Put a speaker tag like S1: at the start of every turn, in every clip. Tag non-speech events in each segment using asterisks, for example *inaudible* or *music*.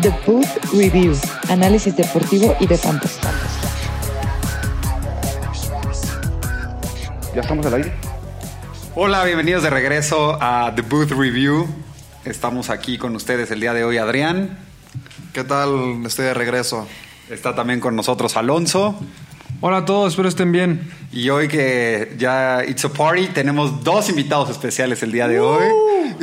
S1: The Boot Review, análisis deportivo y de fantasy.
S2: ¿Ya estamos al aire?
S3: Hola, bienvenidos de regreso a The Booth Review. Estamos aquí con ustedes el día de hoy, Adrián.
S4: ¿Qué tal? Estoy de regreso.
S3: Está también con nosotros Alonso.
S5: Hola a todos, espero estén bien.
S3: Y hoy que ya Uh, it's a party, tenemos dos invitados especiales el día
S5: Uh.
S3: de hoy. *laughs*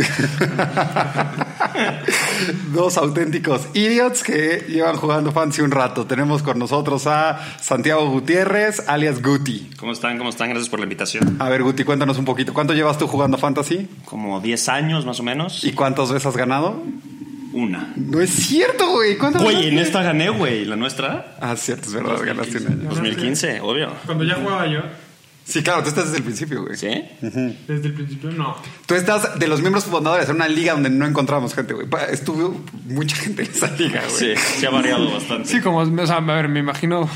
S3: dos auténticos idiots que llevan jugando fancy un rato. Tenemos con nosotros a Santiago Gutiérrez, alias Guti.
S6: ¿Cómo están? ¿Cómo están? Gracias por la invitación.
S3: A ver, Guti, cuéntanos un poquito. ¿Cuánto llevas tú jugando fantasy?
S6: Como 10 años más o menos.
S3: ¿Y cuántas veces has ganado?
S6: Una.
S3: No es cierto, güey. ¿Cuántas
S6: Güey, en
S3: veces?
S6: esta gané, güey. ¿La nuestra?
S3: Ah, cierto, es verdad, ganaste un año.
S6: 2015, obvio.
S5: Cuando ya jugaba yo,
S3: Sí, claro, tú estás desde el principio, güey.
S6: ¿Sí?
S5: desde el principio no.
S3: Tú estás de los miembros fundadores en una liga donde no encontramos gente, güey. Pa- Estuvo mucha gente en esa liga,
S6: Sí,
S3: güey.
S6: se ha variado bastante.
S5: Sí, como, o sea, a ver, me imagino.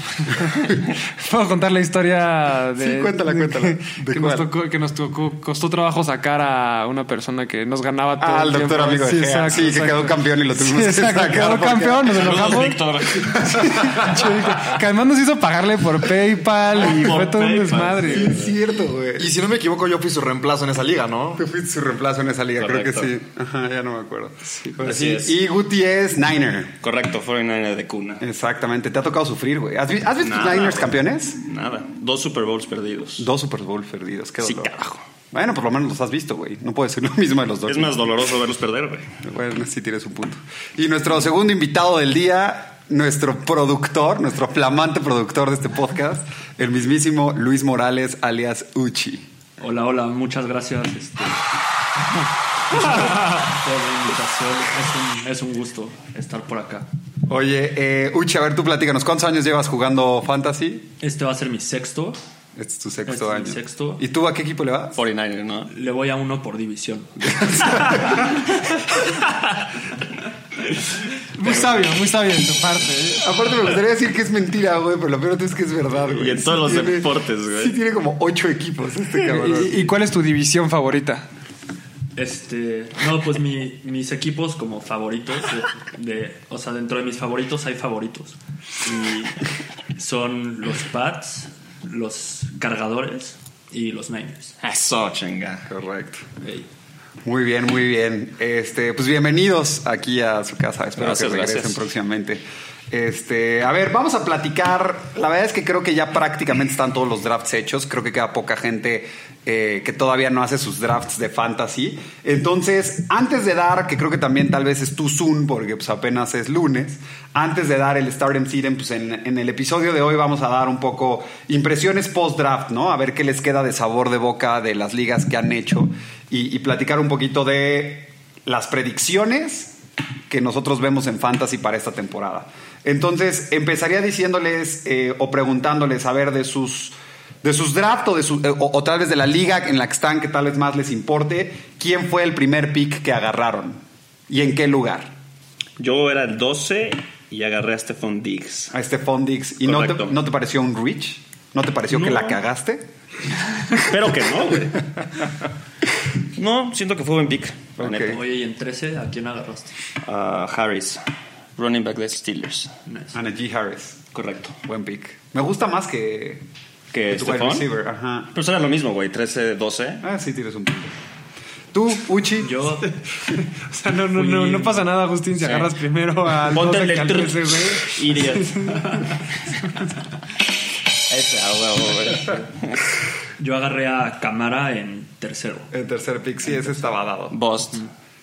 S5: *laughs* Puedo contar la historia de.
S3: Sí, cuéntala,
S5: de-
S3: cuéntala.
S5: Que,
S3: ¿De
S5: que nos
S3: cuál?
S5: tocó, que nos tocó- costó trabajo sacar a una persona que nos ganaba todo.
S3: Ah,
S5: el
S3: al doctor
S5: tiempo.
S3: amigo de Gea. Sí, que quedó campeón y lo tuvimos que
S5: exacto,
S3: sacar
S5: Quedó
S3: porque-
S5: campeón, nos
S6: Saludos,
S5: enojamos.
S6: Víctor.
S5: que además nos hizo pagarle por PayPal y
S6: Por
S5: fue todo un
S6: PayPal.
S3: Sí,
S5: desmadre.
S3: es cierto, güey.
S4: Y si no me equivoco, yo fui su reemplazo en esa liga, ¿no?
S3: Tú fuiste su reemplazo en esa liga,
S6: Correcto.
S3: creo que sí. Ajá, ya no me acuerdo. Pero
S6: así
S3: sí.
S6: es.
S3: Y Guti es Niner.
S6: Correcto, fue una de cuna.
S3: Exactamente, te ha tocado sufrir, güey. ¿Has, vi- has visto
S6: Nada,
S3: Niners
S6: güey.
S3: campeones?
S6: Nada. Dos Super Bowls perdidos.
S3: Dos Super Bowl perdidos, qué
S6: Sí,
S3: dolor.
S6: carajo.
S3: Bueno, por lo menos los has visto, güey. No puede ser lo mismo de los dos.
S6: Es más doloroso verlos perder, güey.
S3: Bueno, sí tienes un punto. Y nuestro segundo invitado del día, nuestro productor, nuestro flamante productor de este podcast, el mismísimo Luis Morales, alias Uchi.
S7: Hola, hola, muchas gracias este, por la invitación. Es un, es un gusto estar por acá.
S3: Oye, eh, Uchi, a ver, tú platícanos, ¿cuántos años llevas jugando Fantasy?
S7: Este va a ser mi sexto.
S3: Este es tu sexto
S7: Este es mi
S3: año.
S7: sexto.
S3: ¿Y tú a qué equipo le vas?
S6: 49, ¿no?
S7: Le voy a uno por división.
S5: Muy sabio, muy sabio en tu parte. ¿eh?
S3: Aparte me gustaría decir que es mentira, güey, pero lo peor es que es verdad, güey.
S6: Y en todos los deportes, güey.
S3: Sí tiene como ocho
S6: *laughs*
S3: equipos este cabrón.
S5: ¿Y, y cuál es tu división favorita?
S7: Este, no, pues mi- mis equipos como favoritos, de, de- o sea, dentro de mis favoritos hay favoritos. Y son los Pats, los Cargadores y los Niners.
S6: Eso, chinga. Correcto.
S7: Ey.
S3: Muy bien, muy bien. Este, pues bienvenidos aquí a su casa. Espero
S6: Gracias,
S3: que regresen
S6: gracias.
S3: próximamente. Este, a ver, vamos a platicar. La verdad es que creo que ya prácticamente están todos los drafts hechos. Creo que queda poca gente eh, que todavía no hace sus drafts de fantasy. Entonces, antes de dar, que creo que también tal vez es tu Zoom, porque pues apenas es lunes, antes de dar el Start and Sit, pues en, en el episodio de hoy vamos a dar un poco impresiones post-draft, ¿no? A ver qué les queda de sabor de boca de las ligas que han hecho y, y platicar un poquito de las predicciones que nosotros vemos en Fantasy para esta temporada. Entonces, empezaría diciéndoles eh, o preguntándoles a ver de sus de sus draft o, de su- eh, o, o tal vez de la liga en la que están, que tal vez más les importe, quién fue el primer pick que agarraron y en qué lugar.
S6: Yo era el 12 y agarré a Stephon Diggs.
S3: A este Dix. ¿Y no te,
S6: Correcto.
S3: no te pareció un reach? ¿No te pareció que
S6: No.
S3: la cagaste?
S6: Espero que no, güey. No, siento que fue buen pick. la
S3: Ok.
S6: neta.
S7: Oye, y en 13, ¿a quién agarraste?
S6: a Harris, running back de Steelers.
S7: Nice.
S3: Ana G. Harris.
S6: Correcto.
S3: Buen pick. Me gusta más que,
S6: Que
S3: que tu wide
S6: Stephon.
S3: receiver. Ajá.
S2: Pues
S6: Pero era lo mismo, güey. 13-12.
S3: Ah, sí, tienes un punto. Tú, Uchi.
S7: Yo
S5: *laughs* O sea, no, no, no, no pasa nada, Agustín, si
S6: Sí.
S5: agarras primero al
S6: Ponte
S5: 12
S6: el
S5: que al
S6: del
S5: 13, güey.
S6: tr-
S5: *laughs*
S6: Idiot. Ese, ah, huevo, güey.
S7: Yo agarré a Camara en tercero.
S3: El tercer pick, sí, ese estaba dado.
S6: Bust.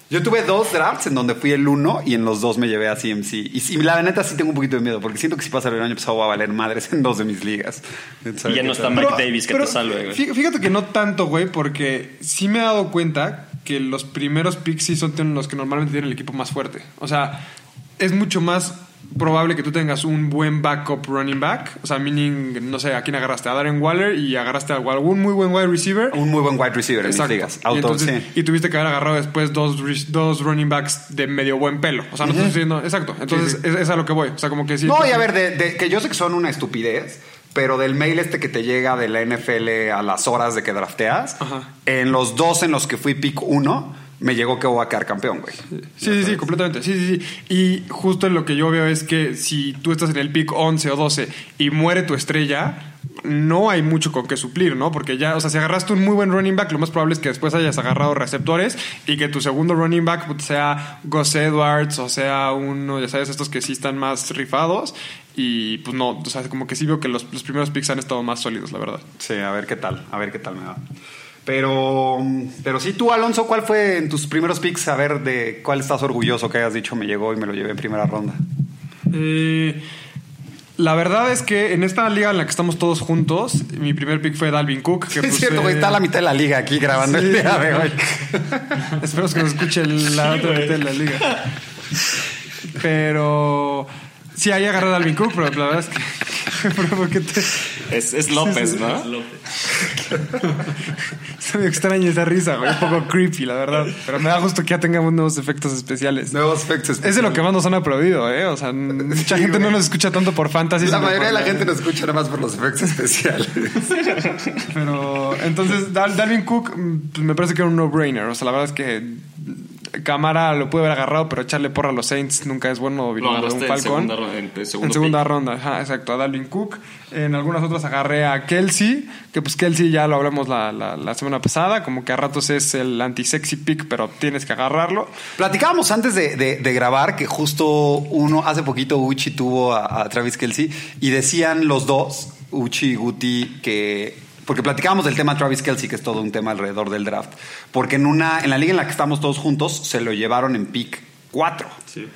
S3: Yo tuve dos drafts en donde fui el uno y en los dos me llevé a CMC. Y, sí, la neta sí tengo un poquito de miedo porque siento que si pasa el año pasado va a valer madres en dos de mis ligas.
S6: Y ya no está Mike Davis que
S5: Pero
S6: te salve, güey.
S5: fí- Fíjate que no tanto, güey, porque sí me he dado cuenta que los primeros picks sí son ten- los que normalmente tienen el equipo más fuerte. O sea, es mucho más probable que tú tengas un buen backup running back. O sea, meaning, no sé, a quién agarraste, a Darren Waller y agarraste a algún muy buen wide receiver.
S3: Un muy buen wide receiver en
S5: Exacto.
S3: mis ligas.
S5: Y,
S3: Auto,
S5: entonces-
S3: sí.
S5: y tuviste que haber agarrado después dos, re- dos running backs de medio buen pelo. O sea, no estoy diciendo. Exacto. Entonces, Es, es a lo que voy. O sea, como que sí.
S3: No, y a ver, de, de- que yo sé que son una estupidez, pero del mail este que te llega de la NFL a las horas de que drafteas, en los dos en los que fui pick uno, me llegó que voy a quedar campeón, güey.
S5: Sí, sí, sí, completamente. Sí, sí, sí. Y justo en lo que yo veo es que si tú estás en el pick 11 o 12 y muere tu estrella, no hay mucho con qué suplir, ¿no? Porque ya, o sea, si agarraste un muy buen running back, lo más probable es que después hayas agarrado receptores y que tu segundo running back pues, sea Gus Edwards o sea uno, ya sabes, estos que sí están más rifados. Y pues no, o sea, como que sí veo que los, los primeros picks han estado más sólidos, la verdad.
S3: Sí, a ver qué tal, a ver qué tal me va. Pero, pero sí, tú, Alonso, ¿cuál fue en tus primeros picks? A ver, de cuál estás orgulloso que hayas dicho me llegó y me lo llevé en primera ronda.
S5: Eh, la verdad es que en esta liga en la que estamos todos juntos, mi primer pick fue Dalvin Cook. Que pues,
S3: Sí, *laughs*
S5: eh,
S3: es cierto, güey,
S5: puse-
S3: está a la mitad de la liga aquí grabando
S5: Sí,
S3: el día de
S5: güey.
S3: hoy.
S5: Esperemos que nos
S3: *laughs*
S5: escuche la otra
S7: güey.
S5: mitad de la liga. Pero sí, ahí agarré a Dalvin Cook, pero la verdad es que. *laughs* pero ¿por qué te-
S2: Es, es López,
S7: Es
S2: ¿no?
S7: López.
S5: Se me extraña esa risa, güey. Un poco creepy, la verdad. Pero me da gusto que ya tengamos nuevos efectos especiales.
S3: Nuevos efectos.
S5: Es de lo que más nos han aplaudido, ¿eh?
S3: *laughs*
S5: O sea, mucha gente no nos escucha tanto por fantasy.
S3: La
S5: sino
S3: mayoría de
S5: por-
S3: la gente nos escucha nada más por los efectos especiales.
S5: Pero entonces Dal- Dalvin Cook mm, pues, me parece que era un no-brainer. O sea, la verdad es que mm, Camara lo pude haber agarrado, pero echarle porra a los Saints nunca es bueno.
S2: Lo
S5: viniendo de un
S2: agarraste en
S5: Falcón.
S2: segunda, ro- en, en segundo
S5: en segunda
S2: pick.
S5: ronda, ajá, exacto, a Dalvin Cook. En algunas otras agarré a Kelsey, que pues Kelsey ya lo hablamos la, la- la semana pasada, como que a ratos es el anti-sexy pick, pero tienes que agarrarlo.
S3: Platicábamos antes de, de- de grabar que justo uno, hace poquito Uchi tuvo a, a Travis Kelsey y decían los dos, Uchi y Guti, que... Porque platicábamos del tema Travis Kelsey, que es todo un tema alrededor del draft. Porque en, una, en la liga en la que estamos todos juntos, se lo llevaron en pick 4.
S7: Sí.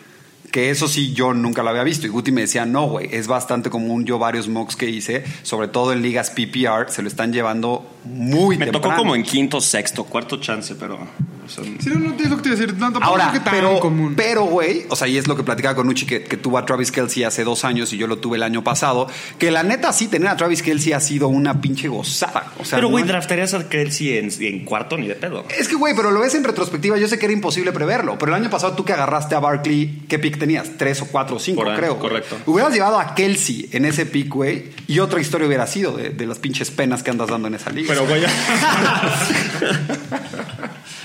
S3: Que eso sí, yo nunca lo había visto. Y Guti me decía, no, güey, es bastante común. Yo varios mocks que hice, sobre todo en ligas PPR, se lo están llevando muy
S2: Me tocó
S3: temprano.
S2: como en quinto, sexto, cuarto chance, pero. o sea,
S5: Sí, no, no, es lo que te iba a decir, no, tampoco
S3: Ahora,
S5: creo que tan
S3: pero,
S5: común.
S3: pero, güey, o sea, y es lo que platicaba con Uchi, que, que tuvo a Travis Kelsey hace dos años y yo lo tuve el año pasado, que la neta sí, tener a Travis Kelsey ha sido una pinche gozada. O sea, no
S2: pero, güey,
S3: es-
S2: draftarías a Kelsey en, en cuarto ni de pedo.
S3: es que, güey, pero lo ves en retrospectiva, yo sé que era imposible preverlo, pero el año pasado tú que agarraste a Barkley, ¿qué pick tenías? Tres o cuatro o cinco,
S2: Por ahí,
S3: creo. güey.
S2: correcto.
S3: Hubieras llevado a Kelsey en ese pick, güey, y otra historia hubiera sido de, de las pinches penas que andas dando en esa liga.
S2: Pero, güey. *laughs*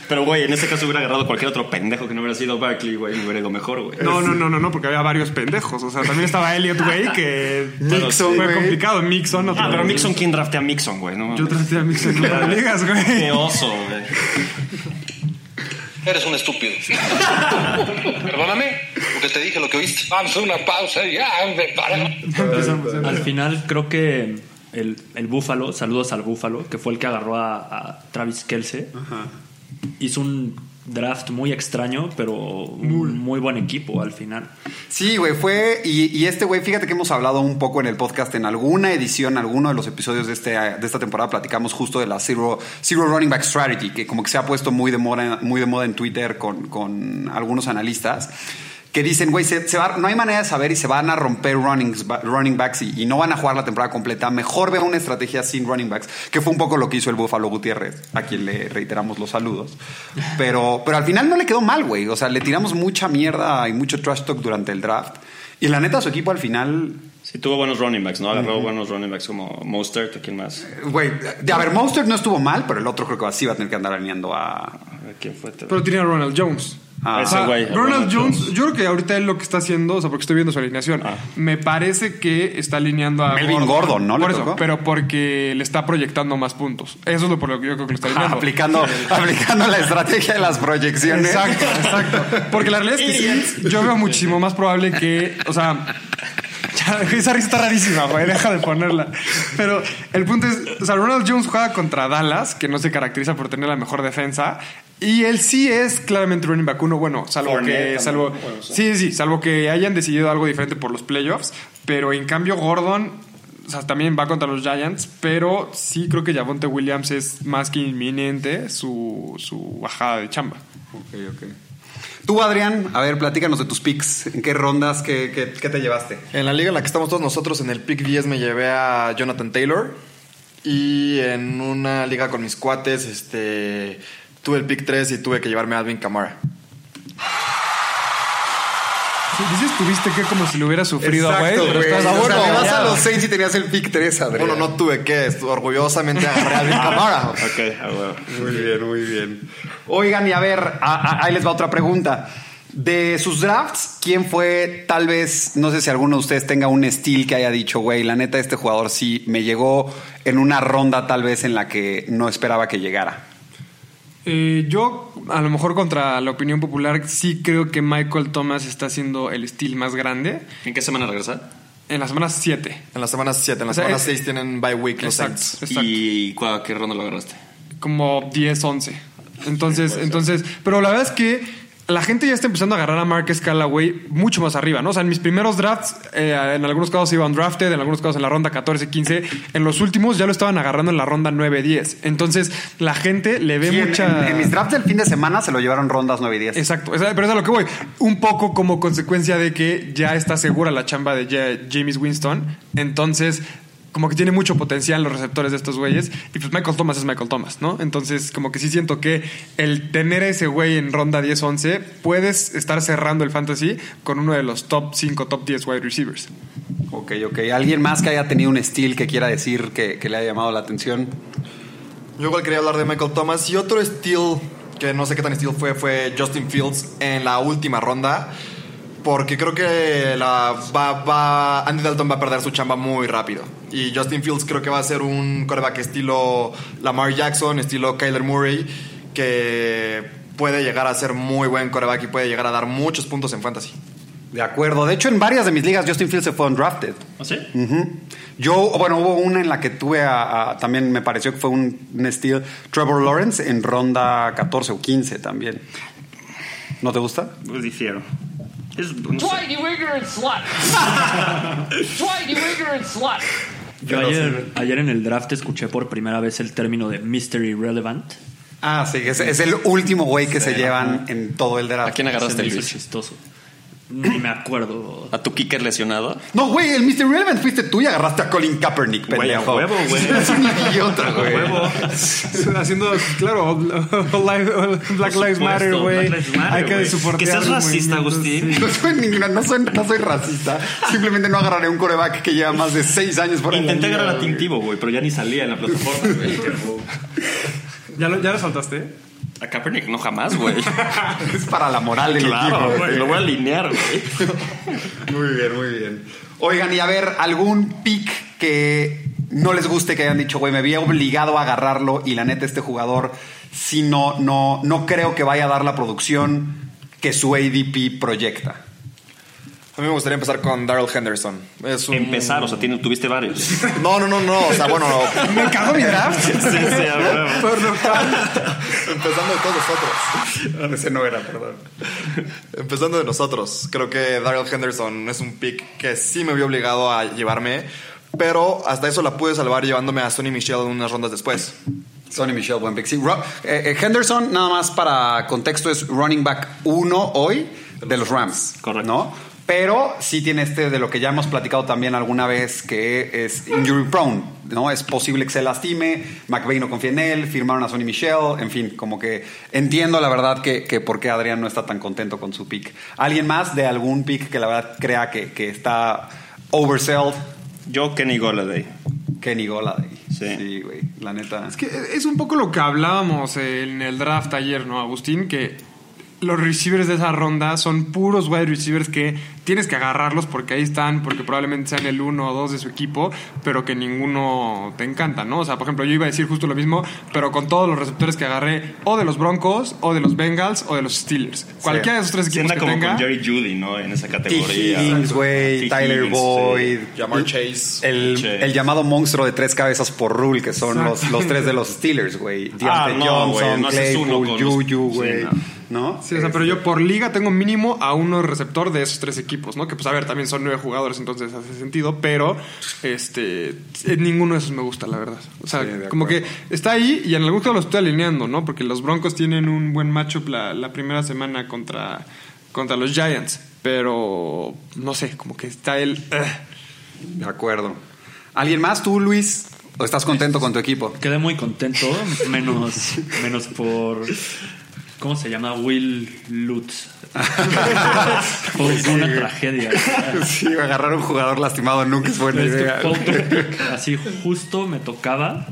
S2: pero, güey, en este caso hubiera agarrado cualquier otro pendejo que no hubiera sido Barkley, güey, me hubiera ido mejor, güey.
S5: No, no, no, no, no, porque había varios pendejos. O sea, también estaba Elliot, güey, que
S2: Mixon,
S5: fue
S2: güey.
S5: complicado. Mixon, no
S2: Ah, pero Mixon, ¿quién draftea a Mixon, güey? No,
S5: Yo traté a Mixon en las ligas,
S2: Qué
S5: *laughs* güey.
S2: oso, güey.
S8: Eres un *laughs* estúpido. Perdóname, porque te dije lo que oíste. Vamos a una pausa ya, hombre, para.
S5: Empezamos,
S7: Al final creo que el, el Búfalo, saludos al Búfalo, que fue el que agarró a, a Travis Kelce, hizo un draft muy extraño, pero un muy buen equipo al final.
S3: Sí, güey, fue. Y, y este güey, fíjate que hemos hablado un poco en el podcast, en alguna edición, alguno de los episodios de, este, de esta temporada, platicamos justo de la Zero, Zero Running Back Strategy, que como que se ha puesto muy de moda, muy de moda en Twitter con, con algunos analistas. Que dicen, güey, se- se va- no hay manera de saber y se van a romper runnings ba- running backs y, y no van a jugar la temporada completa. Mejor veo una estrategia sin running backs, que fue un poco lo que hizo el Buffalo Gutiérrez, a quien le reiteramos los saludos. Pero, pero al final no le quedó mal, güey. O sea, le tiramos mucha mierda y mucho trash talk durante el draft. Y la neta, su equipo al final.
S2: Sí, tuvo buenos running backs, ¿no? Agarró buenos running backs como Mostert, ¿a quién más?
S3: Güey, de a ver, Monster no estuvo mal, pero el otro creo que sí va a tener que andar alineando a.
S2: ¿A quién fue?
S5: Pero tenía a Ronald Jones.
S3: Ah.
S5: O sea,
S2: Ese güey, a
S5: Ronald
S2: Ronald
S5: Jones,
S2: Jones.
S5: yo creo que ahorita él lo que está haciendo, o sea, porque estoy viendo su alineación,
S2: Ah.
S5: me parece que está alineando a.
S3: Melvin Gordon, ¿no?
S5: Por
S3: ¿Le
S5: eso,
S3: tocó?
S5: pero porque le está proyectando más puntos. Eso es lo por lo que yo
S3: *laughs*
S5: creo que lo está
S3: Ah,
S5: alineando.
S3: aplicando, aplicando la estrategia de las proyecciones.
S5: Exacto, exacto. Porque la realidad es que sí, yo veo muchísimo más probable que, o sea, ya, esa risa está rarísima, güey, deja de ponerla. Pero el punto es, o sea, Ronald Jones juega contra Dallas, que no se caracteriza por tener la mejor defensa, y él sí es claramente running back uno, bueno, salvo
S2: Fournette
S5: que
S2: también,
S5: salvo
S2: bueno, sí.
S5: sí, sí, salvo que hayan decidido algo diferente por los playoffs, pero en cambio Gordon o sea, también va contra los Giants, pero sí creo que Javonte Williams es más que inminente su, su bajada de chamba.
S3: Tú, Adrián, a ver, platícanos de tus picks. ¿En qué rondas? ¿Qué, qué- qué te llevaste?
S4: En la liga en la que estamos todos nosotros, en el pick 10 me llevé a Jonathan Taylor. Y en una liga con mis cuates, este, tuve el pick 3 y tuve que llevarme a Alvin Kamara.
S5: Sí, dices tuviste que como si lo hubiera sufrido, güey. pero estás
S3: O sea,
S4: bueno,
S3: te vas
S4: ya.
S3: a los seis y tenías el pick 3, Adrián.
S4: Bueno, no tuve que, estu- orgullosamente agarré a Bill
S2: Ah,
S4: Camara.
S6: Ok, a huevo.
S3: Muy bien, muy bien. Oigan, y a ver, a- a- ahí les va otra pregunta. De sus drafts, ¿quién fue tal vez, no sé si alguno de ustedes tenga un estilo que haya dicho, güey, la neta, este jugador sí me llegó en una ronda tal vez en la que no esperaba que llegara?
S5: Eh, yo, a lo mejor contra la opinión popular, sí creo que Michael Thomas está haciendo el estilo más grande
S2: ¿En qué semana regresa?
S5: en la semana 7.
S4: En las semanas 7, en
S5: O
S4: las
S5: sea,
S4: semanas
S5: es-
S4: 6 tienen bye week los Saints.
S5: exacto.
S2: ¿Y cua- qué ronda lo agarraste?
S5: como 10, 11. Entonces, entonces, pero la verdad es que la gente ya está empezando a agarrar a Marcus Callaway mucho más arriba, ¿no? O sea, en mis primeros drafts, eh, en algunos casos iba undrafted, en algunos casos en la ronda 14, 15, en los últimos ya lo estaban agarrando en la ronda 9, 10. Entonces, la gente le ve
S3: Sí, en-
S5: mucha...
S3: en, en mis drafts del fin de semana se lo llevaron rondas 9 y 10.
S5: Exacto, esa- pero es a lo que voy. Un poco como consecuencia de que ya está segura la chamba de Ja- James Winston. Entonces, como que tiene mucho potencial los receptores de estos güeyes. Y pues Michael Thomas es Michael Thomas, ¿no? Entonces, como que sí siento que el tener a ese güey en ronda 10-11, puedes estar cerrando el fantasy con uno de los top 5, top 10 wide receivers.
S3: Ok, ok. ¿Alguien más que haya tenido un estilo que quiera decir que, que le haya llamado la atención?
S4: Yo igual quería hablar de Michael Thomas y otro steal que no sé qué tan steal fue fue Justin Fields en la última ronda porque creo que la va, va- Andy Dalton va a perder su chamba muy rápido y Justin Fields creo que va a ser un quarterback estilo Lamar Jackson, estilo Kyler Murray que puede llegar a ser muy buen quarterback y puede llegar a dar muchos puntos en fantasy.
S3: De acuerdo. De hecho, en varias de mis ligas, Justin Fields se fue undrafted.
S7: ¿Ah, sí?
S3: Ujú. Yo, bueno, hubo una en la que tuve a, a- también me pareció que fue un, un steal Trevor Lawrence en ronda 14 o 15 también. ¿No te gusta?
S6: Pues difiero. Es, no sé.
S9: Dwight, you ignorant slut! Dwight, you ignorant slut!
S7: Yo ayer, ayer en el draft escuché por primera vez el término de Mystery Relevant.
S3: Ah, sí, es, es el último güey que se llevan en todo el
S2: ¿A
S3: draft.
S2: quién agarraste,
S7: Se me hizo
S2: Luis?
S7: chistoso. Ni me acuerdo.
S2: ¿A tu kicker lesionado?
S3: No, güey, el Mr. Relevant fuiste tú y agarraste a Colin Kaepernick,
S6: Güey, a
S3: pendejo.
S6: huevo, güey.
S3: Es un idiota, güey.
S5: *laughs* Haciendo, claro, Black
S6: Por
S5: Lives
S6: supuesto,
S5: Matter, güey.
S6: Black Lives Matter,
S5: Hay que
S6: güey.
S5: soportar.
S6: Que seas
S5: los
S6: racista,
S5: movimientos,
S6: Agustín.
S3: No soy, ninguna- no, soy, no soy racista. Simplemente no agarraré un coreback que lleva más de seis años por
S6: Intenté agarrar a Tintivo, güey, pero ya ni salía en la plataforma,
S5: *laughs*
S6: güey.
S5: ¿Ya lo, ya lo saltaste?
S2: A Kaepernick no jamás, güey.
S3: Es para la moral del equipo.
S6: Claro, güey. Lo voy a alinear, güey. *laughs*
S3: Muy bien, muy bien. Oigan, y a ver, algún pick que no les guste que hayan dicho, güey, me había obligado a agarrarlo y la neta este jugador, si no, no, no creo que vaya a dar la producción que su ADP proyecta.
S4: A mí me gustaría empezar con Daryl Henderson. Es
S3: Em
S4: un-
S6: Empezar, o sea, tiene- tuviste varios. Sí,
S4: No, no, no, no. O sea, bueno,
S3: *laughs* Me cago mi draft.
S6: sí, a huevo.
S4: empezando de todos nosotros.
S3: Ese Ah, no era, perdón.
S4: Empezando de nosotros, creo que Daryl Henderson es un pick que sí me había obligado a llevarme, pero hasta eso la pude salvar llevándome a Sonny Michel unas rondas después.
S3: Sonny Michelle, buen pick. Sí, Ro- eh, eh, Henderson, nada más para contexto, es running back uno hoy de los Rams.
S6: Correcto.
S3: ¿no? Pero sí tiene este de lo que ya hemos platicado también alguna vez, que es injury prone, ¿no? Es posible que se lastime, McVeigh no confía en él, firmaron a Sonny Michelle, en fin, como que entiendo la verdad que, que por qué Adrián no está tan contento con su pick. ¿Alguien más de algún pick que la verdad crea que, que está oversold?
S6: Yo, Kenny Golladay.
S3: Kenny Golladay.
S6: Sí.
S3: Sí, güey, la neta.
S5: Es que es un poco lo que hablábamos en el draft ayer, ¿no, Agustín? Que los receivers de esa ronda son puros wide receivers que tienes que agarrarlos porque ahí están, porque probablemente sean el uno o dos de su equipo, pero que ninguno te encanta, ¿no? O sea, por ejemplo, yo iba a decir justo lo mismo, pero con todos los receptores que agarré, o de los Broncos, o de los Bengals, o de los Steelers. Cualquiera de esos tres equipos
S6: Sienta
S5: que
S6: como
S5: tenga.
S6: con Jerry Judy, ¿no? En esa
S3: T.
S6: categoría.
S3: Higgins, güey,
S6: T.
S3: Tyler
S6: Higgins,
S3: Boyd,
S6: sí.
S4: Jamar Chase.
S3: el,
S6: Che.
S3: el llamado monstruo de tres cabezas por rule, que son los, los tres de los Steelers, güey. Deontay
S6: no,
S3: Johnson,
S6: güey, no haces uno
S3: Claypool,
S6: con los-
S3: Juju,
S6: sí,
S3: güey.
S6: no.
S3: ¿No?
S5: Sí, o sea, pero yo por liga tengo mínimo a uno receptor de esos tres equipos, ¿no? Que pues a ver, también son nueve jugadores, entonces hace sentido, pero este eh, ninguno de esos me gusta, la verdad. O sea, como que está ahí y en algún caso lo estoy alineando, ¿no? Porque los Broncos tienen un buen matchup la, la primera semana contra, contra los Giants, pero no sé, como que está el... eh.
S3: De acuerdo. ¿Alguien más tú, Luis? ¿O estás contento con tu equipo?
S7: Quedé muy contento, menos, menos por ¿Cómo se llama? Will
S3: *laughs*
S7: Lutz. Pobre, fue una tragedia.
S3: *laughs* Sí, agarrar a un jugador lastimado nunca es buena
S7: Es que
S3: idea.
S7: fue autopic. así justo me tocaba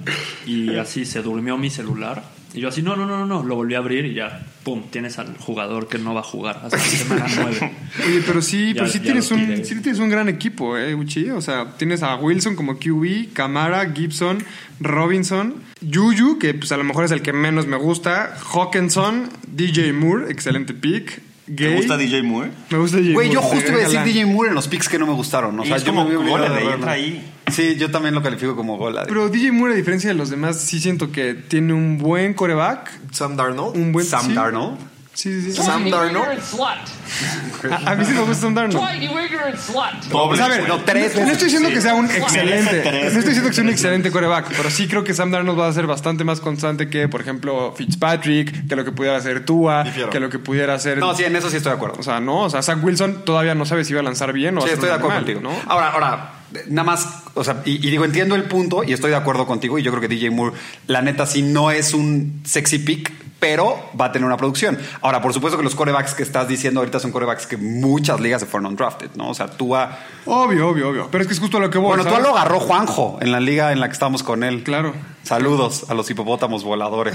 S7: y así se durmió mi celular. Y yo así, no, no, no, no, no, lo volví a abrir y ya, pum, tienes al jugador que no va a jugar hasta la semana 9.
S3: *laughs*
S5: Oye, pero sí,
S7: Ya-
S5: pero sí
S7: ya
S5: tienes,
S7: lo
S5: un,
S7: tiré.
S5: sí tienes un gran equipo, eh, Uchi. O sea, tienes a Wilson como QB, Camara, Gibson, Robinson, Juju, que pues a lo mejor es el que menos me gusta, Hawkinson, DJ Moore, excelente pick. Gay.
S2: ¿Te gusta DJ Moore?
S5: Me gusta DJ
S3: Güey, yo
S5: Moore,
S3: justo iba a decir
S5: galán.
S3: DJ Moore en los picks que no me gustaron. O
S2: Y
S3: sea,
S2: es
S3: yo
S2: como
S3: me había olvidado
S2: gola de
S3: de
S2: ahí,
S3: verlo.
S2: entra ahí.
S3: Sí, yo también lo califico como gola. de-
S5: Pero DJ Moore, a diferencia de los demás, sí siento que tiene un buen coreback,
S4: Sam Darnold.
S5: un buen...
S3: Sam
S5: sí.
S3: Darnold.
S5: Sí, sí, sí.
S4: Sam
S9: Tiny
S4: Darnold.
S9: wigger and slut.
S5: A, a mí sí me gusta Sam Darnold.
S9: Tiny wigger and slut.
S2: Doble.
S3: Pues a ver,
S2: güey.
S3: no, tres
S5: No
S3: veces.
S5: estoy diciendo que sea un
S2: Merece
S5: excelente.
S2: tres.
S5: No estoy diciendo que sea un excelente coreback, pero sí creo que Sam Darnold va a ser bastante más constante que, por ejemplo, Fitzpatrick, que lo que pudiera hacer Tua,
S4: Difiero.
S5: que lo que pudiera hacer.
S3: No, sí, en eso sí estoy de acuerdo.
S5: O sea, no, o sea, Zach Wilson todavía no sabe si va a lanzar bien o
S3: Sí,
S5: va a ser
S3: estoy
S5: un
S3: de acuerdo
S5: animal,
S3: contigo. Ahora, ahora, nada más, o sea, y, y digo, entiendo el punto y estoy de acuerdo contigo. Y yo creo que DJ Moore, la neta, sí no es un sexy pick, pero va a tener una producción. Ahora, por supuesto que los corebacks que estás diciendo ahorita son corebacks que muchas ligas se fueron undrafted, ¿no? O sea, tú a.
S5: Obvio, obvio, obvio. Pero es que es justo a lo que voy.
S3: Bueno, tú
S5: ¿sabes?
S3: lo agarró Juanjo en la liga en la que estamos con él.
S5: Claro.
S3: Saludos a los hipopótamos
S5: *laughs*
S3: voladores.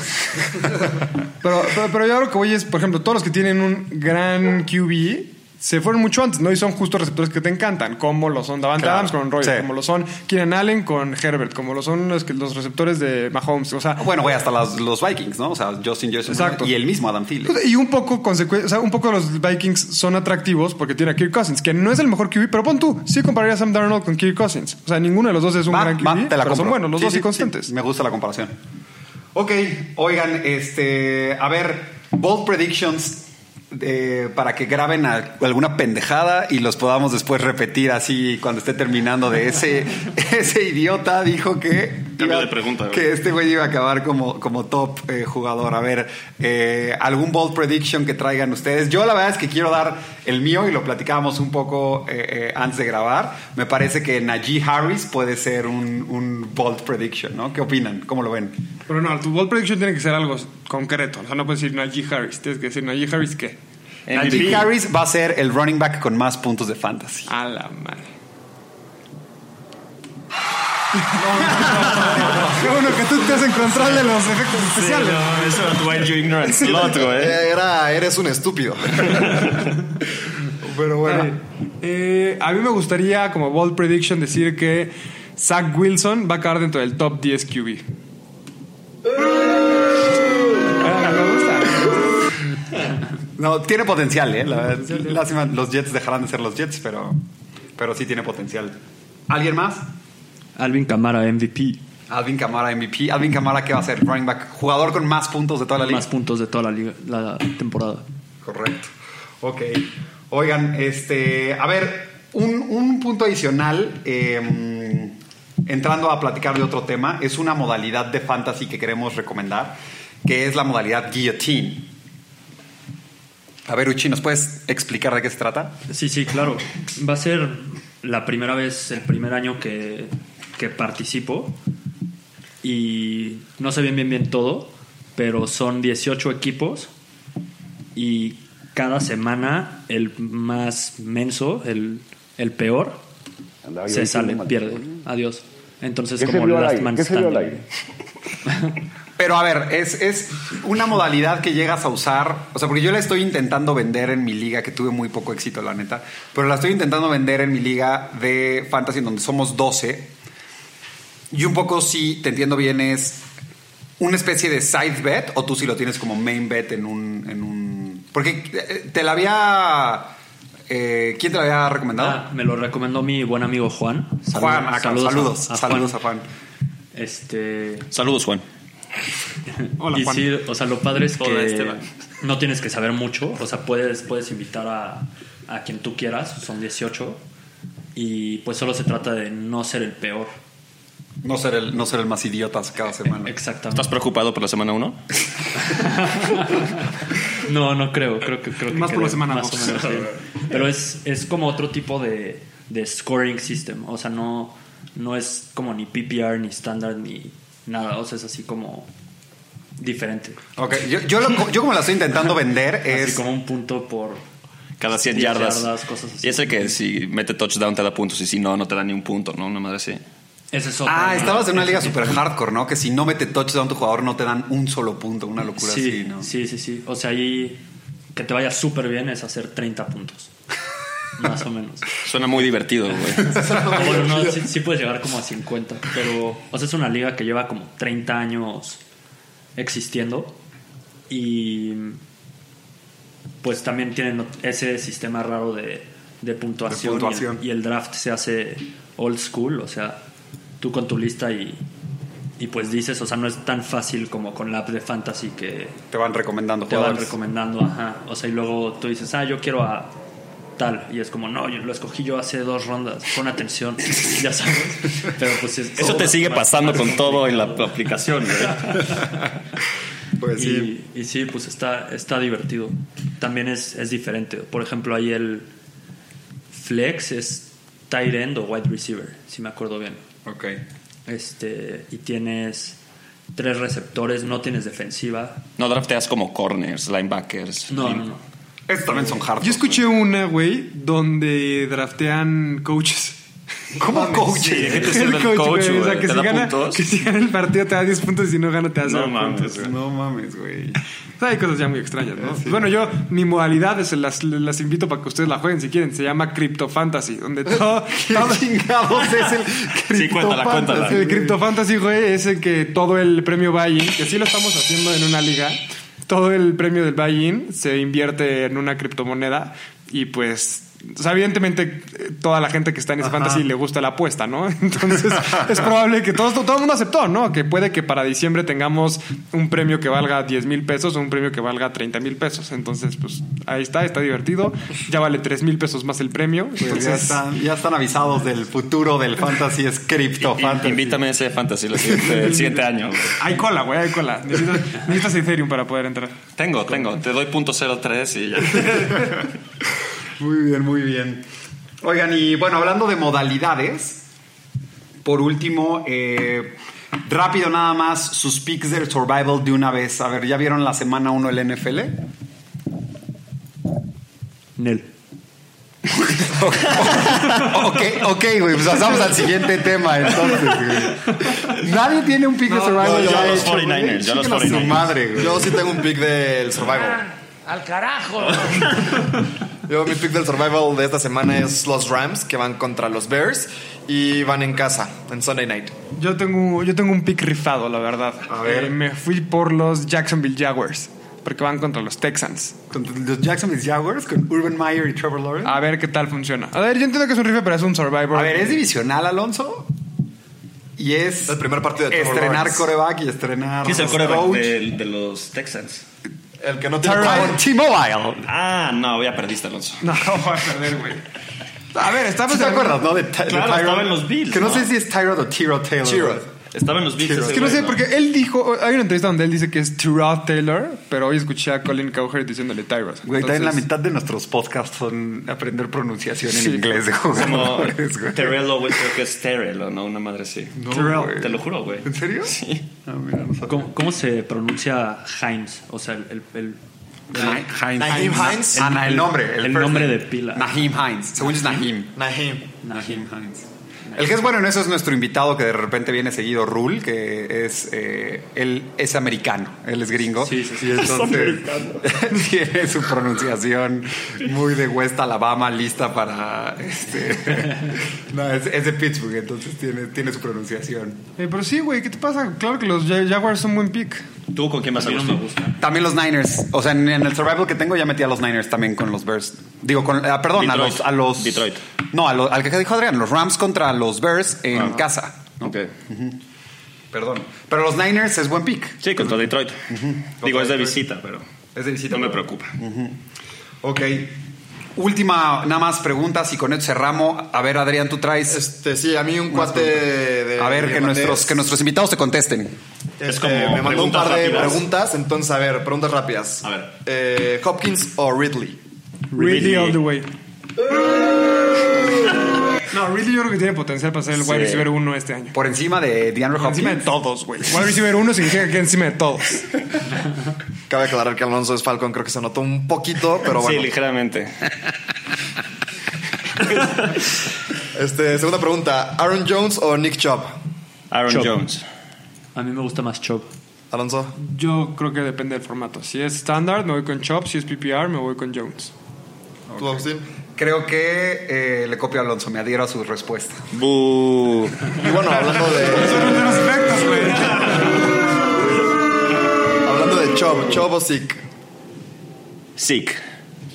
S5: Pero, pero, pero yo lo que voy es, por ejemplo, todos los que tienen un gran QB se fueron mucho antes, ¿no? Y son justo receptores que te encantan, como lo son Davante
S3: Claro,
S5: Adams con Royce,
S3: sí.
S5: como lo son Kieran Allen con Herbert, como lo son los, que- los receptores de Mahomes. O sea,
S3: Bueno, güey, hasta las- los Vikings, ¿no? O sea, Justin Jefferson
S5: Exacto.
S3: y el mismo Adam Thielen.
S5: Y un poco consecu- o sea, un poco los Vikings son atractivos porque tiene a Kirk Cousins, que no es el mejor QB, pero pon tú, sí compararía a Sam Darnold con Kirk Cousins. O sea, ninguno de los dos es un
S3: Va,
S5: gran QB,
S3: va, te la
S5: pero son
S3: compro.
S5: buenos los
S3: Sí,
S5: dos
S3: sí,
S5: y constantes.
S3: sí, me gusta la comparación. Ok, oigan, este, a ver, bold predictions eh, para que graben a- alguna pendejada y los podamos después repetir así cuando esté terminando de
S2: *laughs*
S3: ese ese idiota dijo que
S2: Cambio de pregunta, güey.
S3: que este güey iba a acabar como, como top eh, jugador. A ver, eh, algún bold prediction que traigan ustedes. Yo la verdad es que quiero dar el mío y lo platicábamos un poco eh, eh, antes de grabar. Me parece que Najee Harris puede ser un, un bold prediction, ¿no? ¿Qué opinan? ¿Cómo lo ven?
S5: Pero no, tu ball prediction tiene que ser algo concreto. O sea, no puedes decir Najee Harris, tienes que decir Najee Harris qué.
S3: Najee Harris va a ser el running back con más puntos de fantasy.
S5: A la madre. Qué bueno que tú estás en control de los efectos especiales.
S2: No, ¿eh? eso era Dwight You Ignorant Slot, güey.
S4: Eh, Era, eres un
S5: *laughs*
S4: estúpido. Pero bueno.
S5: Eh, a mí me gustaría, como bold prediction, decir que Zach Wilson va a acabar dentro del top 10 QB. Ah, me gusta.
S3: No, tiene potencial, ¿eh? La verdad, lástima, los Jets dejarán de ser los Jets, pero, pero sí tiene potencial. ¿Alguien más?
S7: Alvin Camara, MVP.
S3: Alvin Kamara MVP. Alvin Kamara, ¿qué va a ser? Running back. Jugador con más puntos de toda la liga.
S7: Más puntos de toda la, liga- la temporada.
S3: Correcto. Ok. Oigan, este. A ver, un, un punto adicional. eh, entrando a platicar de otro tema, es una modalidad de fantasy que queremos recomendar, que es la modalidad guillotine. A ver, Uchi, ¿nos puedes explicar de qué se trata?
S7: Sí, sí, claro. Va a ser la primera vez, el primer año que, que participo. Y no sé bien, bien, bien todo, pero son 18 equipos. Y cada semana el más menso, el, el peor, se sale, pierde. Adiós. Entonces, como Last Man Standing.
S3: Pero a ver, es, es una modalidad que llegas a usar. O sea, porque yo la estoy intentando vender en mi liga, que tuve muy poco éxito, la neta. Pero la estoy intentando vender en mi liga de fantasy, en donde somos 12. Y un poco, si te entiendo bien, es una especie de side bet o tú si lo tienes como main bet en un. En un porque eh, te la había. eh, ¿Quién te la había recomendado?
S7: Ah, me lo recomendó mi buen amigo Juan. Saludos-
S3: Juan, acá, saludos, saludos,
S7: a- a
S3: a Juan.
S7: Este,
S2: Saludos, Juan.
S5: Hola,
S7: y
S5: Juan.
S7: sí, o sea, lo padre es
S6: Hola,
S7: que
S6: Esteban.
S7: no tienes que saber mucho. O sea, puedes, puedes invitar a, a quien tú quieras, son 18. Y pues solo se trata de no ser el peor.
S3: No ser el, no ser el más idiota cada
S7: *laughs*
S3: semana.
S7: Exactamente.
S6: ¿Estás preocupado por la semana 1?
S7: *laughs* No, no creo. Creo que creo que
S5: Más por
S7: quedé
S5: la semana
S7: más
S5: dos.
S7: o menos bien.
S5: *laughs*
S7: Pero es, es como otro tipo de, de scoring system. O sea, no, no es como ni PPR, ni standard, ni nada. O sea, es así como diferente.
S3: Ok, yo, yo, lo- yo como la estoy intentando vender
S7: Así
S3: es...
S7: como un punto por.
S2: Cada 100
S7: 10
S2: yardas.
S7: yardas, cosas así.
S2: Y es el que si mete touchdown te da puntos y si no, no te da ni un punto, ¿no? Una madre así.
S7: Ese es otro.
S3: Ah,
S7: ¿no?
S3: estabas en una liga super hardcore, ¿no? Que si no mete touchdown tu jugador no te dan un solo punto, una locura
S7: Sí,
S3: así, ¿no?
S7: sí, sí, sí. O sea, ahí que te vaya súper bien es hacer 30 puntos. Más o menos.
S2: Suena muy divertido,
S6: *laughs*
S2: güey.
S7: Bueno, no, sí, sí puedes llegar como a 50. Pero, o sea, es una liga que lleva como 30 años existiendo. Y. Pues también tienen ese sistema raro de, de puntuación. y el-
S3: puntuación.
S7: Y, el, draft se hace old school. O sea, tú con tu lista y. Y pues dices, o sea, no es tan fácil como con la app de fantasy que
S3: Te van recomendando
S7: te van
S3: jugadores.
S7: recomendando, ajá. O sea, y luego tú dices, ah, yo quiero a tal. Y es como, no, yo lo escogí yo hace dos rondas.
S2: *laughs*
S7: Pon atención, ya sabes. Pero pues es-
S2: Eso te sigue pasando con todo en la aplicación, güey.
S6: *laughs*
S3: Pues
S7: Y,
S3: sí.
S7: y sí, pues está, está divertido. También es, es diferente. Por ejemplo, ahí el flex es tight end o wide receiver, si me acuerdo bien.
S3: Ok.
S7: Este, y tienes tres receptores, no tienes defensiva.
S2: No drafteas como corners, linebackers.
S7: No, no, no.
S3: Estos también son hardcore.
S5: Yo escuché una, güey, donde draftean coaches.
S3: *laughs* ¿Cómo
S2: Sí,
S3: coaches?
S2: ¿qué te sirve el coach,
S5: güey, o sea,
S2: güey?
S5: que
S2: ¿Te
S5: si,
S2: da
S5: gana,
S2: puntos?
S5: que si gana el partido te da 10 puntos y si no gana te da 0
S2: No mames,
S5: puntos.
S2: güey.
S3: No mames, güey.
S5: O sea, hay cosas ya muy extrañas, ¿no? Bueno, yo, mi modalidad es, las, las invito para que ustedes la jueguen si quieren. Se llama Crypto Fantasy,
S3: *laughs*
S5: donde todo,
S3: ¿Qué *laughs* chingados es el
S2: Sí,
S5: *laughs*
S2: cuéntala, cuéntala.
S5: El Crypto Fantasy, güey, es el que todo el premio buy-in, que sí lo estamos haciendo en una liga, todo el premio del buy-in se invierte en una criptomoneda y pues. O sea, evidentemente, eh, toda la gente que está en ese fantasy le gusta la apuesta, ¿no? *laughs* Entonces, es probable que todo, todo el mundo aceptó, ¿no? Que puede que para diciembre tengamos un premio que valga 10 mil pesos o un premio que valga 30 mil pesos. Entonces, pues ahí está, está divertido. Ya vale 3 mil pesos más el premio.
S3: Pues ya,
S5: Entonces,
S3: están, ya están avisados del futuro del fantasy, es cripto
S2: In-
S3: fantasy.
S2: Invítame a ese fantasy el siguiente, el siguiente año. güey.
S5: hay cola, güey, hay cola. Necesitas, necesitas Ethereum para poder entrar.
S2: Tengo, tengo. Te doy punto .03 y ya.
S3: Muy bien, muy bien. Oigan, y bueno, hablando de modalidades, por último, eh, rápido nada más, sus picks del survival de una vez. A ver, ¿ya vieron la semana 1 el NFL?
S7: Nel.
S3: Ok, ok, güey, pues pasamos al siguiente tema, entonces, güey. Nadie tiene un pick de survival
S4: no, yo
S3: ya
S4: a los
S3: hecho, güey.
S2: 49ers, yo a los
S3: Chíquenla a su
S2: 49ers.
S3: madre, güey.
S4: Yo sí tengo un pick del Survival.
S9: Ah, Al carajo.
S4: Yo, mi pick del Survival de esta semana es los Rams, que van contra los Bears y van en casa, en Sunday night.
S5: Yo tengo, yo tengo un pick rifado, la verdad.
S3: A ver.
S5: Eh, me fui por los Jacksonville Jaguars, porque van contra los Texans.
S3: Con los Jacksonville Jaguars con Urban Meyer y Trevor Lawrence.
S5: A ver qué tal funciona. A ver, yo entiendo que es un rifle, pero es un survivor.
S3: A ver, es divisional, Alonso. Y es.
S4: El primer partido de Trevor
S3: Estrenar
S4: Lawrence.
S3: coreback y estrenar.
S2: ¿Quién es el quarterback
S3: coach.
S2: de, de los Texans?
S4: El que no tiene
S3: Tyrod T-Mobile.
S2: Ah, no, ya perdiste, Alonso.
S5: No, *laughs* voy a perder, güey. A ver, estamos
S3: ¿Sí ¿Te
S5: en-
S3: acuerdas, no? De, Ty- de
S2: Claro,
S3: Tyrod.
S2: estaba en los Bills,
S3: Que no,
S2: ¿no?
S3: sé si es Tyrod o Tyrod Taylor.
S4: Tyrod.
S2: Estaba en los Bills.
S5: Es
S2: ese
S5: que no
S2: güey,
S5: sé, porque él dijo... Hay una entrevista donde él dice que es Tyrod Taylor, pero hoy escuché a Colin Cowherd diciéndole Tyrod.
S3: Güey, también la
S5: Entonces,
S3: mitad de nuestros podcasts son aprender pronunciación
S5: Sí.
S3: en inglés de
S2: *laughs* Como
S3: jugadores, güey.
S2: Terrell Owens, creo que es Terrell, ¿o ¿no? Una madre así.
S3: Tyrell.
S2: Te lo juro, güey.
S3: ¿En serio?
S2: Sí.
S3: Ah, mira, no sabía.
S7: ¿Cómo, cómo se pronuncia Heinz? O sea, el, el, el-
S3: Heinz.
S4: Naheem Hines.
S3: Ah, na- el nombre.
S7: el
S3: first
S7: nombre
S3: name.
S7: de pila.
S3: Naheem Hines. Según yo es Naheem.
S4: Naheem.
S3: Naheem Hines. El que es bueno en eso es nuestro invitado que de repente viene seguido, Rule, que es eh, él es americano, él *laughs* es gringo.
S7: Sí, sí, sí.
S3: Y entonces *laughs* tiene su pronunciación muy de West Alabama lista para este. *laughs* no, es, es de Pittsburgh, entonces tiene, tiene su pronunciación.
S5: Eh, pero sí, güey, ¿qué te pasa? Claro que los Ja- Jaguars son buen pick.
S2: ¿Tú con quién vas a
S7: no
S2: gusto?
S7: me gusta.
S3: También los Niners. O sea, en, en el survival que tengo ya metí a los Niners también con los Bears. Digo, con, ah, perdón, a
S2: Detroit.
S3: los, a los.
S2: Detroit.
S3: No, a lo- al que dijo Adrián, los Rams contra los Bears en casa.
S2: Ok.
S3: Perdón. Pero los Niners es buen pick.
S2: Sí, contra Detroit. Digo, es de visita, pero
S3: Es de visita.
S2: no me preocupa.
S3: Ok. Última, nada más preguntas y con esto cerramos. A ver, Adrián, tú traes.
S4: Este, sí, a mí un cuate de.
S3: a ver, que
S4: irlandés,
S3: nuestros, que nuestros invitados te contesten.
S4: este,
S2: Es como
S4: Me mandó un
S2: preguntas
S4: par de
S2: rápidas.
S4: preguntas, entonces, a ver, preguntas rápidas.
S2: A ver.
S4: Eh, ¿Hopkins o Ridley?
S5: Really all the way. No, Ridley yo creo que tiene potencial para ser el wide
S6: Sí.
S5: receiver 1 este año.
S3: Por encima de DeAndre
S5: Por
S3: Hopkins.
S5: encima de todos, güey. Wide receiver 1 significa que encima de todos.
S4: Cabe aclarar que Alonso es Falcon, creo que se notó un poquito,
S2: *laughs*
S4: pero bueno.
S6: Sí, ligeramente.
S4: Este, segunda pregunta, ¿Aaron Jones o Nick Chubb?
S6: Aaron
S2: Chop.
S6: Jones.
S7: A mí me gusta más Chop.
S4: Alonso,
S5: Yo creo que depende del formato. Si es standard, me voy con Chop. Si es PPR, me voy con Jones.
S4: ¿tú Agustín?
S3: Creo que eh, le copio a Alonso, me adhiero a su respuesta.
S6: Bu.
S4: Y bueno, hablando de, hablando de Chubb, Chubb o Zeke.
S6: Sick.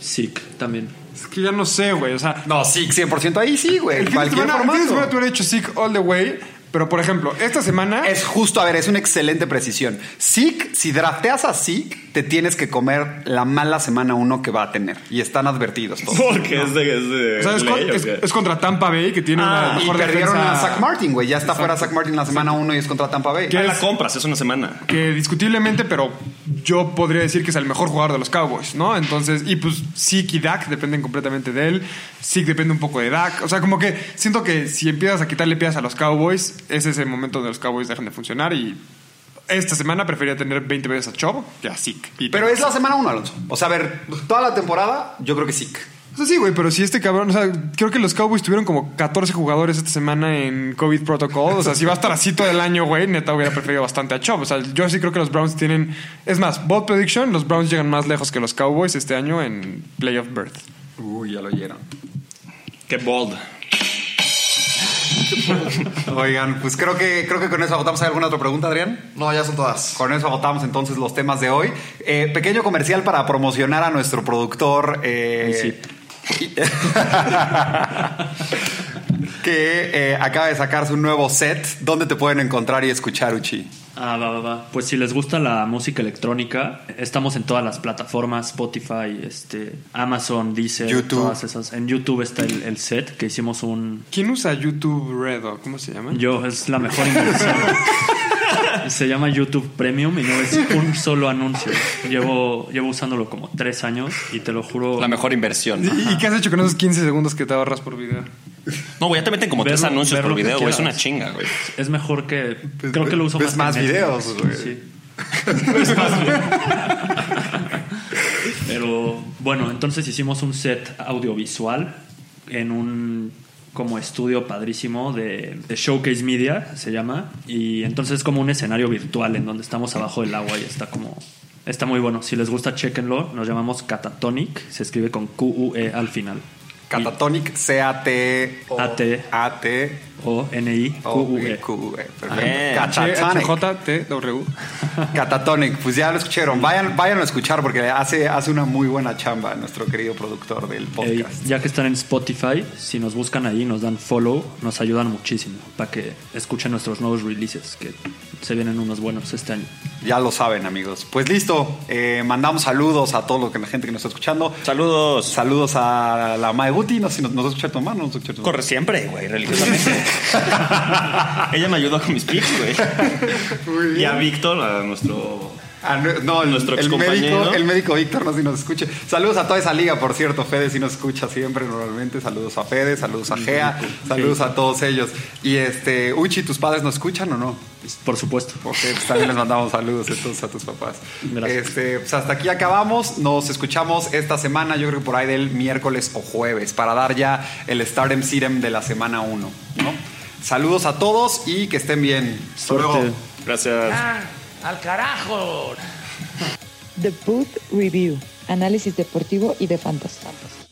S7: Sick también.
S5: Es que ya no sé, güey. O sea,
S3: No, sí, 100% ahí sí, güey.
S5: el fin de
S3: Cualquier
S5: semana, el fin de semana
S3: formato.
S5: tú hubieras hecho sick all the way. Pero, por ejemplo, esta semana...
S3: Es justo, a ver, es una excelente precisión. Zeke, si drafteas a Zeke, te tienes que comer la mala semana uno que va a tener. Y están advertidos *laughs* todos.
S6: Porque es de. Es de
S5: ¿Sabes
S6: ley,
S5: cuál?
S6: ¿o
S5: Es,
S6: qué?
S2: Ah,
S5: es contra Tampa Bay, que tiene una
S3: Ah, Y
S5: mejor
S3: perdieron
S5: defensa
S3: a Zach Martin, güey. Ya está fuera Zach Martin la semana uno y es contra Tampa Bay.
S5: ¿Qué?
S2: Ah, la compras, es una semana.
S5: que discutiblemente, pero yo podría decir que es el mejor jugador de los Cowboys, ¿no? Entonces, y pues Zeke y Dak dependen completamente de él. Zeke depende un poco de Dak. O sea, como que siento que si empiezas a quitarle piedras a los Cowboys, ese es el momento donde los Cowboys dejan de funcionar y esta semana prefería tener 20 veces a Chubb que a Zeke. Y-
S3: Pero es la semana uno, Alonso. O sea, a ver, toda la temporada, yo creo que Zeke.
S5: O sea, sí, güey, pero si este cabrón, o sea, creo que los Cowboys tuvieron como 14 jugadores esta semana en COVID Protocol. O sea, si va a estar así todo el año, güey, neta hubiera preferido bastante a Chubb. O sea, yo sí creo que los Browns tienen. Es más, bold prediction, los Browns llegan más lejos que los Cowboys este año en Playoff Birth.
S3: Uy, ya lo oyeron.
S2: Qué bold.
S3: Oigan, pues creo que, creo que con eso agotamos. ¿Hay alguna otra pregunta, Adrián?
S4: No, ya son todas.
S3: Con eso agotamos entonces los temas de hoy. Eh, pequeño comercial para promocionar a nuestro productor. eh, *laughs* que eh, acaba de sacar su nuevo set. ¿Dónde te pueden encontrar y escuchar, Uchi?
S7: Ah, va, va, va. Pues si les gusta la música electrónica, estamos en todas las plataformas, Spotify, este, Amazon, Deezer,
S3: YouTube.
S7: todas esas. En YouTube está el, el set que hicimos un...
S5: ¿Quién usa YouTube Red o cómo se llama?
S7: Yo, es la mejor inversión. *laughs* Se llama YouTube Premium y no es un solo anuncio. Llevo, llevo usándolo como tres años y te lo juro...
S2: La mejor inversión.
S5: ¿Y y qué has hecho con esos 15 segundos que te ahorras por video?
S2: No, güey, ya te meten como
S7: Ver
S2: tres
S7: lo-
S2: anuncios
S7: ver
S2: por
S7: lo que
S2: video, güey. Es una
S7: quieras.
S2: chinga, güey.
S7: Es mejor que... creo que lo uso
S4: Pues, ves
S7: más. que
S4: más
S7: Netflix.
S4: videos, güey.
S7: Sí. *laughs* Pero bueno, entonces hicimos un set audiovisual en un como estudio padrísimo de, de Showcase Media, se llama. Y entonces es como un escenario virtual en donde estamos abajo del agua y está como... Está muy bueno. Si les gusta, chequenlo. Nos llamamos Catatonic. Se escribe con Q-U-E al final.
S3: Catatonic, C-A-T.
S7: A-T.
S3: A-T. Oh,
S7: O-N-I-Q-U-E.
S3: Q-U-E.
S2: Bien.
S3: E. Catatonic.
S5: H-J-T-W.
S3: *laughs* Catatonic. Pues ya lo escucharon. Vayan, vayan a escuchar porque hace, hace una muy buena chamba nuestro querido productor del
S7: Ey,
S3: podcast.
S7: ya que están en Spotify, si nos buscan ahí, nos dan follow, nos ayudan muchísimo para que escuchen nuestros nuevos releases, que se vienen unos buenos este año.
S3: Ya lo saben, amigos. Pues listo. eh, mandamos saludos a toda la gente que nos está escuchando.
S2: Saludos.
S3: Saludos a la Mae Guti. No sé si nos, nos va a escuchar tu mamá, no nos va a escuchar tu mamá.
S2: Corre siempre, güey, religiosamente. Ella me ayudó con mis pics, güey. Y a Víctor, a nuestro.
S3: Ah, no, no, el,
S2: Nuestro
S3: el médico,
S2: excompañero.
S3: el médico Víctor no sé si nos escucha. Saludos a toda esa liga, por cierto. Fede sí nos escucha siempre normalmente. Saludos a Fede, saludos a Gea, saludos a todos ellos. Y este, Uchi, ¿tus padres nos escuchan o no?
S7: Por supuesto.
S3: Ok, pues también les mandamos saludos entonces a tus papás.
S7: Gracias.
S3: Este, pues hasta aquí acabamos. Nos escuchamos esta semana, yo creo que por ahí del miércoles o jueves, para dar ya el Stardom Serum de la semana 1. Saludos a todos y que estén bien.
S7: Suerte.
S2: Gracias.
S9: Ah, al carajo.
S1: The Boot Review, análisis deportivo y de fantasmas.